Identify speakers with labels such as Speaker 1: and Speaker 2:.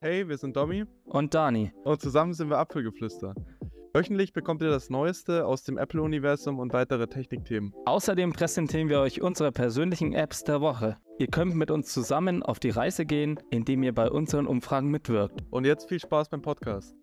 Speaker 1: Hey, wir sind Domi
Speaker 2: Und Dani.
Speaker 1: und zusammen sind wir Apfelgeflüster. Wöchentlich bekommt ihr das Neueste aus dem Apple-Universum und weitere Technikthemen.
Speaker 2: Außerdem präsentieren wir euch unsere persönlichen Apps der Woche. Ihr könnt mit uns zusammen auf die Reise gehen, indem ihr bei unseren Umfragen mitwirkt.
Speaker 1: Und jetzt viel Spaß beim Podcast.